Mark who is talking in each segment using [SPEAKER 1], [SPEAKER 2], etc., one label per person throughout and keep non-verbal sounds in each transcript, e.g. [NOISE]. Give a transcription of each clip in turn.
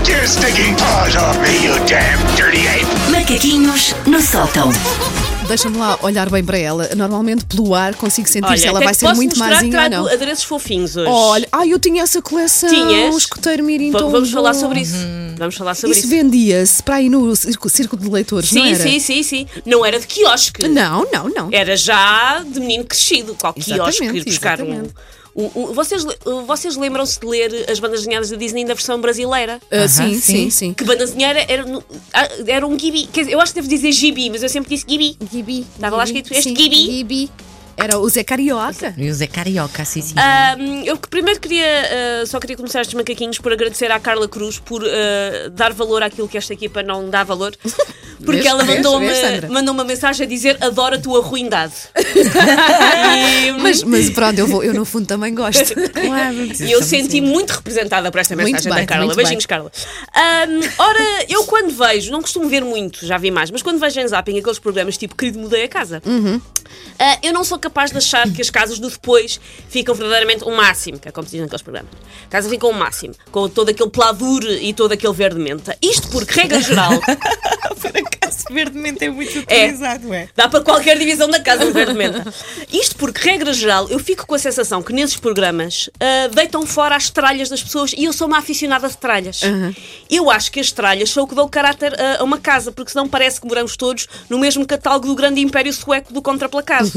[SPEAKER 1] taking paws off me, you damn dirty ape!
[SPEAKER 2] Macaquinhos no sótão.
[SPEAKER 3] Deixa-me lá olhar bem para ela. Normalmente, pelo ar, consigo sentir
[SPEAKER 4] Olha,
[SPEAKER 3] se ela
[SPEAKER 4] até
[SPEAKER 3] vai
[SPEAKER 4] te
[SPEAKER 3] ser
[SPEAKER 4] posso
[SPEAKER 3] muito
[SPEAKER 4] mostrar
[SPEAKER 3] mazinha
[SPEAKER 4] que
[SPEAKER 3] ou
[SPEAKER 4] trago
[SPEAKER 3] não.
[SPEAKER 4] adereços fofinhos hoje.
[SPEAKER 3] Olha, ah, eu tinha essa coleção.
[SPEAKER 4] Tinhas?
[SPEAKER 3] O escoteiro mirim
[SPEAKER 4] Va-
[SPEAKER 3] tão
[SPEAKER 4] Vamos falar
[SPEAKER 3] bom.
[SPEAKER 4] sobre isso. Vamos falar sobre
[SPEAKER 3] Isso,
[SPEAKER 4] isso.
[SPEAKER 3] vendia-se para aí no circo, circo de leitores, não
[SPEAKER 4] Sim,
[SPEAKER 3] era?
[SPEAKER 4] sim, É. sim, sim. Não era de quiosque.
[SPEAKER 3] Não, não, não.
[SPEAKER 4] Era já de menino crescido. Qual quiosque ir
[SPEAKER 3] Exatamente,
[SPEAKER 4] buscar um,
[SPEAKER 3] exatamente.
[SPEAKER 4] um- um- Vocês, le- uh, vocês lembram-se de ler as bandas desenhadas da Disney na versão brasileira?
[SPEAKER 3] Ah,
[SPEAKER 5] Aham,
[SPEAKER 3] sim, sim,
[SPEAKER 5] sim.
[SPEAKER 3] sim.
[SPEAKER 4] Que banda desenhada era, no- ah, era um gibi. Quer dizer, eu acho que devo dizer gibi, mas eu sempre disse gibi.
[SPEAKER 3] Gibi.
[SPEAKER 4] Estava lá escrito este
[SPEAKER 3] Sim,
[SPEAKER 4] gibi.
[SPEAKER 3] Era o Zé Carioca.
[SPEAKER 5] E o Zé Carioca, sim,
[SPEAKER 3] Ah,
[SPEAKER 5] sim.
[SPEAKER 4] Ahm, eu que primeiro queria, ah, só queria começar estes macaquinhos por agradecer à Carla Cruz por ah, dar valor àquilo que esta equipa não dá valor. Porque
[SPEAKER 3] [LAUGHS] Vês,
[SPEAKER 4] ela
[SPEAKER 3] vês,
[SPEAKER 4] mandou-me
[SPEAKER 3] vês, Sandra?
[SPEAKER 4] mandou uma mensagem a dizer adoro a tua ruindade.
[SPEAKER 3] [LAUGHS]
[SPEAKER 4] e,
[SPEAKER 3] Mas, mas pronto, eu, vou, eu no fundo também
[SPEAKER 4] [LAUGHS]
[SPEAKER 3] gosto.
[SPEAKER 4] e eu senti muito representada por esta
[SPEAKER 3] é Muito
[SPEAKER 4] mensagem
[SPEAKER 3] bem,
[SPEAKER 4] da Carla.
[SPEAKER 3] muito bem.
[SPEAKER 4] Beijinhos, Carla. Ahm, ora, eu quando vejo, não costumo ver muito, já vi mais, mas quando vejo em zapping aqueles problemas tipo querido, mudei a casa.
[SPEAKER 3] Uhum.
[SPEAKER 4] Ah, eu não sou capaz de achar que as casas do depois ficam verdadeiramente o máximo, que é como se diz naqueles programas. A casa fica o máximo, com todo aquele pladur e todo aquele verde menta. Isto porque, regra geral,
[SPEAKER 5] Por acaso, verde menta é muito
[SPEAKER 4] utilizado,
[SPEAKER 5] é.
[SPEAKER 4] Dá para qualquer divisão da casa um verde menta. Isto porque, regra geral, eu fico com a sensação que nesses programas ah, deitam fora as tralhas das pessoas e eu sou uma aficionada de tralhas. Eu acho que as tralhas são o que dão caráter ah, a uma casa, porque senão parece que moramos todos no mesmo catálogo do grande império sueco do contraplacado.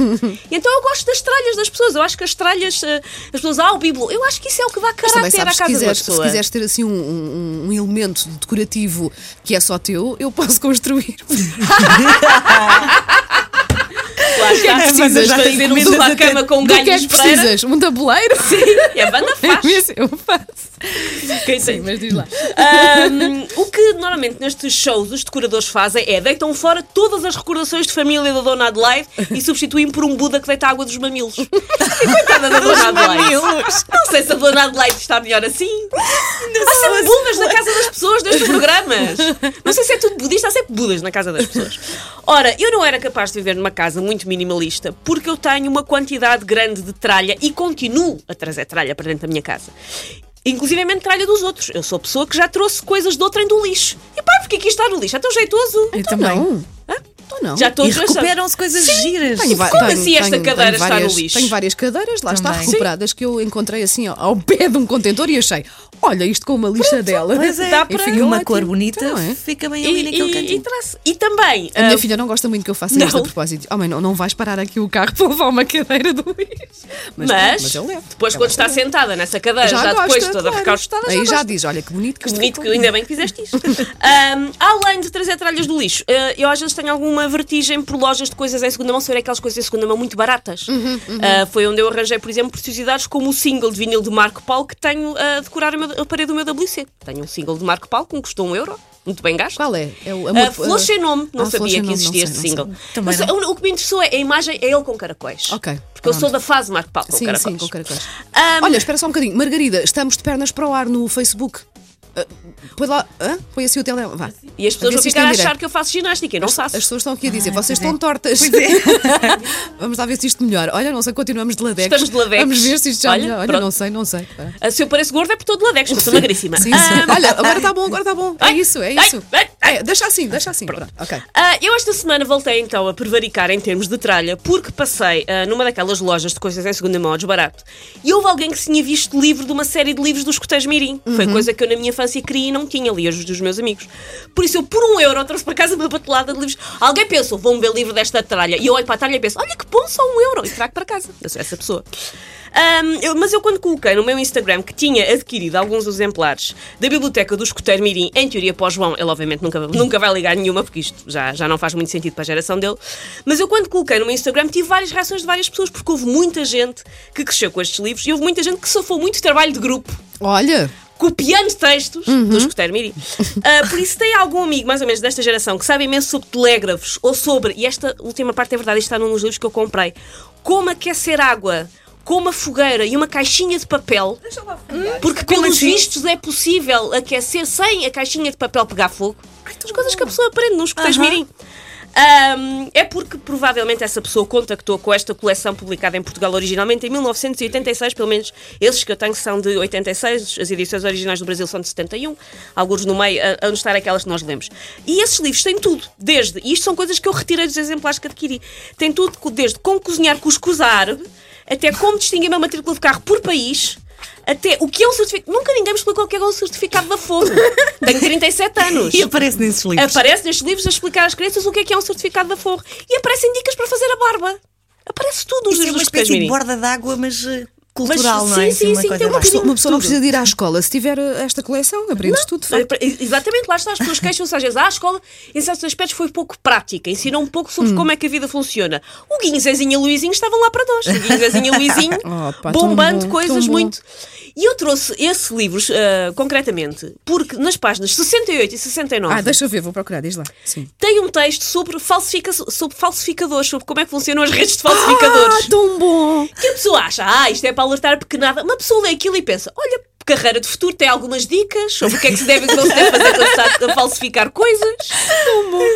[SPEAKER 3] [LAUGHS]
[SPEAKER 4] E então eu gosto das tralhas das pessoas. Eu acho que as tralhas, ah, as pessoas, ah, o bibelô, eu acho que isso é o que dá
[SPEAKER 3] Também
[SPEAKER 4] caráter à
[SPEAKER 3] sabes, se
[SPEAKER 4] casa
[SPEAKER 3] quiseres,
[SPEAKER 4] da
[SPEAKER 3] se
[SPEAKER 4] pessoa.
[SPEAKER 3] quiseres ter assim um, um- um elemento decorativo que é só teu, eu posso
[SPEAKER 4] [LAUGHS]
[SPEAKER 3] construir. [LAUGHS]
[SPEAKER 4] Lá está,
[SPEAKER 3] é que
[SPEAKER 4] precisas
[SPEAKER 3] precisas? Já tenho
[SPEAKER 4] fazer um
[SPEAKER 3] encomendas
[SPEAKER 4] sofá
[SPEAKER 3] até-
[SPEAKER 4] cama com
[SPEAKER 3] Do que é
[SPEAKER 4] galhos
[SPEAKER 3] que
[SPEAKER 4] de freira.
[SPEAKER 3] precisas? Um tabuleiro? [LAUGHS] É
[SPEAKER 4] E a banda faz.
[SPEAKER 3] Isso eu faço.
[SPEAKER 4] Quem tem-
[SPEAKER 3] Mas diz lá.
[SPEAKER 4] Ahm, o que normalmente nestes shows os decoradores fazem é deitam fora todas as recordações de família da Dona Adelaide e substituem por um Buda que deita água dos mamilos. E coitada da Dona Adelaide. Não sei se a Dona Adelaide está melhor assim. Há sempre Budas na casa das pessoas nestes programas. Não sei se é tudo budista, há sempre Budas na casa das pessoas. Ora, eu não era capaz de viver numa casa muito minimalista porque eu tenho uma quantidade grande de tralha e continuo a trazer tralha para dentro da minha casa. Inclusive tralha dos outros. Eu sou a pessoa que já trouxe coisas de outrem do lixo. E pá, porque aqui está no lixo? É tão jeitoso.
[SPEAKER 3] Eu também. Não. Então não.
[SPEAKER 4] Já estou a
[SPEAKER 5] E
[SPEAKER 4] pensar.
[SPEAKER 5] recuperam-se coisas giras.
[SPEAKER 3] Tenho va-
[SPEAKER 4] Como assim esta cadeira está no
[SPEAKER 3] várias-
[SPEAKER 4] lixo?
[SPEAKER 3] Tenho várias cadeiras, lá está
[SPEAKER 5] Também.
[SPEAKER 3] recuperadas, que eu encontrei assim ao, ao pé de um contentor e achei, olha isto com uma lixa dela.
[SPEAKER 5] Mas é,
[SPEAKER 4] Dá
[SPEAKER 5] e
[SPEAKER 4] para-
[SPEAKER 5] fica uma
[SPEAKER 3] Ótimo.
[SPEAKER 5] cor bonita,
[SPEAKER 3] Então é.
[SPEAKER 5] fica bem
[SPEAKER 4] E,
[SPEAKER 5] ali naquele
[SPEAKER 4] e, e
[SPEAKER 5] cantinho.
[SPEAKER 4] traço. E também.
[SPEAKER 3] A minha
[SPEAKER 4] ah,
[SPEAKER 3] filha não gosta muito que eu faça
[SPEAKER 4] Não.
[SPEAKER 3] isto a propósito. Oh, mãe, não, não vais parar aqui o carro para levar uma cadeira do lixo.
[SPEAKER 4] mas,
[SPEAKER 3] pronto, mas eu levo.
[SPEAKER 4] depois,
[SPEAKER 3] Ela
[SPEAKER 4] quando está sentada nessa cadeira, já,
[SPEAKER 3] gosta,
[SPEAKER 4] depois toda
[SPEAKER 3] claro.
[SPEAKER 4] recaustada, já
[SPEAKER 3] Aí já
[SPEAKER 4] gosta.
[SPEAKER 3] diz, olha que bonito que
[SPEAKER 4] Que
[SPEAKER 3] isto
[SPEAKER 4] bonito, que
[SPEAKER 3] ficou.
[SPEAKER 4] ainda bem que fizeste isto. Ahm, além de trazer tralhas do lixo, ah, eu às vezes tenho alguma vertigem por lojas de coisas em segunda mão, se forem aquelas coisas em segunda mão muito baratas.
[SPEAKER 3] Uhum,
[SPEAKER 4] Ah, foi onde eu arranjei, por exemplo, preciosidades como o single de vinil de Marco Paulo que tenho a decorar o meu- a parede do meu WC. Tenho um single de Marco Paulo que me custou um euro, muito bem gasto.
[SPEAKER 3] Qual é? É o
[SPEAKER 4] Uh,
[SPEAKER 3] amor...
[SPEAKER 4] Flor sem nome, não
[SPEAKER 3] Ah, Flor
[SPEAKER 4] sabia
[SPEAKER 3] Sem
[SPEAKER 4] que
[SPEAKER 3] Nome,
[SPEAKER 4] existia
[SPEAKER 3] não sei,
[SPEAKER 4] este
[SPEAKER 3] não
[SPEAKER 4] single.
[SPEAKER 5] Também
[SPEAKER 4] Mas
[SPEAKER 5] não.
[SPEAKER 4] o, o que me interessou é a imagem, é ele com caracóis.
[SPEAKER 3] Ok,
[SPEAKER 4] Porque eu
[SPEAKER 3] pronto.
[SPEAKER 4] sou da fase Marco Paulo com
[SPEAKER 3] Sim,
[SPEAKER 4] Oh, caracóis. Ah,
[SPEAKER 3] sim, com caracóis.
[SPEAKER 4] Ahm,
[SPEAKER 3] Olha, espera só um bocadinho. Margarida, estamos de pernas para o ar no Facebook. Ah, põe lá, hã? põe assim o telemóvel. Vá.
[SPEAKER 4] e as pessoas
[SPEAKER 3] Vê
[SPEAKER 4] vão
[SPEAKER 3] se isto
[SPEAKER 4] ficar
[SPEAKER 3] é
[SPEAKER 4] a
[SPEAKER 3] em
[SPEAKER 4] achar
[SPEAKER 3] direto.
[SPEAKER 4] que eu faço ginástica, eu não
[SPEAKER 3] As
[SPEAKER 4] faço.
[SPEAKER 3] pessoas estão aqui a dizer, vocês estão tortas. [LAUGHS] Vamos lá ver se isto melhor. Olha, não sei, continuamos de ladecos.
[SPEAKER 4] Estamos de ladecos.
[SPEAKER 3] Vamos ver se isto já
[SPEAKER 4] Olha,
[SPEAKER 3] melhor. Olha,
[SPEAKER 4] pronto.
[SPEAKER 3] não sei, não sei.
[SPEAKER 4] Ah, Se eu pareço gorda é por todo lado, é que eu sou magríssima. Ah,
[SPEAKER 3] Sim, sim.
[SPEAKER 4] Ahm, [LAUGHS]
[SPEAKER 3] Olha, agora está bom, agora está bom. É
[SPEAKER 4] Ai,
[SPEAKER 3] isso, é
[SPEAKER 4] ai,
[SPEAKER 3] isso.
[SPEAKER 4] ai, ai.
[SPEAKER 3] É, deixa assim, deixa assim. Pronto. Ok.
[SPEAKER 4] Ah, eu esta semana voltei então a prevaricar em termos de tralha porque passei ah, numa daquelas lojas de coisas em segunda mão ao desbarato e houve alguém que se tinha visto livre de uma série de livros dos escoteiros Mirim.
[SPEAKER 3] Uhum.
[SPEAKER 4] Foi coisa que eu na minha infância queria e não tinha, lia os dos meus amigos. Por isso eu por um euro trouxe para casa uma batelada de livros. Alguém pensou, vou-me ver livro desta tralha. E eu olho para a tralha e penso, olha que bom, só um euro. E trago para casa. Eu sou essa pessoa. Ahm, eu- mas eu quando coloquei no meu Instagram que tinha adquirido alguns exemplares da biblioteca do escoteiro Mirim, em teoria para o João, ele obviamente nunca, nunca vai ligar nenhuma, porque isto já, já não faz muito sentido para a geração dele, mas eu quando coloquei no meu Instagram tive várias reações de várias pessoas, porque houve muita gente que cresceu com estes livros e houve muita gente que sofreu muito trabalho de grupo
[SPEAKER 3] Olha,
[SPEAKER 4] copiando textos do escuteiro Miri. Ah, por isso, tem algum amigo, mais ou menos desta geração, que sabe imenso sobre telégrafos ou sobre, e esta última parte é verdade, isto está num dos livros que eu comprei, como aquecer água com uma fogueira e uma caixinha de papel, Hum, porque pelos vistos é possível aquecer sem a caixinha de papel pegar fogo. As coisas que a pessoa aprende nos escuteiros Mirim. Ahm, é porque provavelmente essa pessoa contactou com esta coleção publicada em Portugal originalmente em 1986, pelo menos esses que eu tenho são de 86, as edições originais do Brasil são de 71, alguns no meio, a, a onde estar aquelas que nós lemos. E esses livros têm tudo, desde, e isto são coisas que eu retirei dos exemplares que adquiri, tem tudo, co- desde como cozinhar cuscuz árabe, até como distinguir uma matrícula de carro por país, até o que é um certificado. Nunca ninguém me explicou o que é um certificado da fome. Tenho 37 anos.
[SPEAKER 5] E aparece nesses livros.
[SPEAKER 4] Aparece nestes livros a explicar às crianças o que é que é um certificado da Forro. E aparecem dicas para fazer a barba. Aparece tudo nos
[SPEAKER 5] Isso é uma
[SPEAKER 4] livros
[SPEAKER 5] espécie de
[SPEAKER 4] Casmini.
[SPEAKER 5] borda d'água, mas eh, cultural,
[SPEAKER 4] Mas
[SPEAKER 5] não
[SPEAKER 4] sim,
[SPEAKER 5] é?
[SPEAKER 4] sim,
[SPEAKER 5] uma
[SPEAKER 4] sim,
[SPEAKER 5] coisa
[SPEAKER 4] tem um
[SPEAKER 5] baixa.
[SPEAKER 4] bocadinho-
[SPEAKER 3] Uma pessoa não
[SPEAKER 4] Tudo.
[SPEAKER 3] precisa de ir à escola. Se tiver eh, esta coleção, aprendes tudo, de facto.
[SPEAKER 4] Exatamente, lá está. As pessoas queixam-se às vezes. Ah, a escola, em certos aspectos, foi pouco prática. Ensinou um pouco sobre
[SPEAKER 3] Hum.
[SPEAKER 4] como é que a vida funciona. O Guinho, Zezinho e a Luizinho estavam lá para nós. O Guinho, Zezinho e a Luizinho,
[SPEAKER 3] [LAUGHS] Opa, tão
[SPEAKER 4] bombando
[SPEAKER 3] bom,
[SPEAKER 4] coisas
[SPEAKER 3] tão bom.
[SPEAKER 4] muito. E eu trouxe esse livro, ah, concretamente, porque nas páginas 68 e 69...
[SPEAKER 5] Uhum.
[SPEAKER 3] Ah, deixa eu ver, vou procurar, diz lá. Sim.
[SPEAKER 4] tem um texto sobre, falsifica sobre falsificadores, sobre como é que funcionam as redes de falsificadores.
[SPEAKER 3] Ah, tão bom!
[SPEAKER 4] que a pessoa acha, ah, isto é para alertar a pequenada. Uma pessoa lê aquilo e pensa, olha, carreira de futuro tem algumas dicas sobre o que é que se deve e o que não se deve fazer quando se está a falsificar coisas.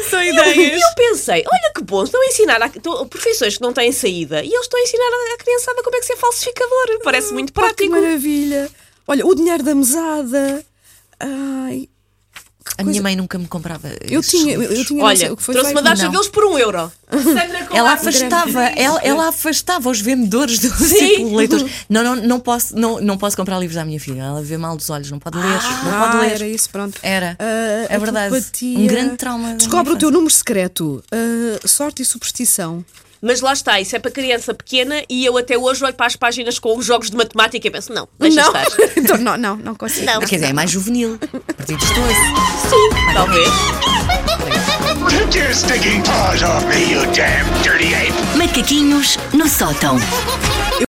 [SPEAKER 5] São
[SPEAKER 4] E eu,
[SPEAKER 3] [LAUGHS]
[SPEAKER 4] e
[SPEAKER 5] ideias.
[SPEAKER 4] eu pensei, olha que bom, estão a ensinar a, estão- profissões que não têm saída e eles estão a ensinar a, a criançada como é que se é falsificador. Parece muito
[SPEAKER 3] Pá, que
[SPEAKER 4] prático.
[SPEAKER 3] maravilha! Olha, o dinheiro da mesada. Ai,
[SPEAKER 5] A minha mãe nunca me comprava.
[SPEAKER 3] eu
[SPEAKER 5] esses
[SPEAKER 3] tinha, eu,
[SPEAKER 5] livros.
[SPEAKER 3] eu tinha não sei
[SPEAKER 4] Olha,
[SPEAKER 3] o que foi
[SPEAKER 4] trouxe uma
[SPEAKER 3] feito.
[SPEAKER 4] data
[SPEAKER 5] Não.
[SPEAKER 4] deles por um euro. Sandra Colau.
[SPEAKER 5] Ela afastava, ela, ela afastava os vendedores do círculo de leitores. Não, não, não posso, não, não posso comprar livros à minha filha. Ela vê mal dos olhos, não pode ler, não pode
[SPEAKER 3] Ah,
[SPEAKER 5] ler.
[SPEAKER 3] era isso, pronto.
[SPEAKER 5] Era.
[SPEAKER 3] Ah,
[SPEAKER 5] É verdade.
[SPEAKER 3] telepatia.
[SPEAKER 5] Um grande trauma da minha
[SPEAKER 3] Descobre o
[SPEAKER 5] infância.
[SPEAKER 3] teu número secreto. Ah, sorte e superstição.
[SPEAKER 4] Mas lá está, isso é para criança pequena e eu até hoje olho para as páginas com os jogos de matemática e penso, não, deixa
[SPEAKER 3] não. [LAUGHS]
[SPEAKER 4] estar.
[SPEAKER 3] Então, não, não, não consigo.
[SPEAKER 4] Não.
[SPEAKER 5] Quer dizer, é mais juvenil. A partir dos 12.
[SPEAKER 4] Sim, talvez.
[SPEAKER 1] Take your stinking paws off me, you damn dirty ape!
[SPEAKER 2] Macaquinhos no sótão.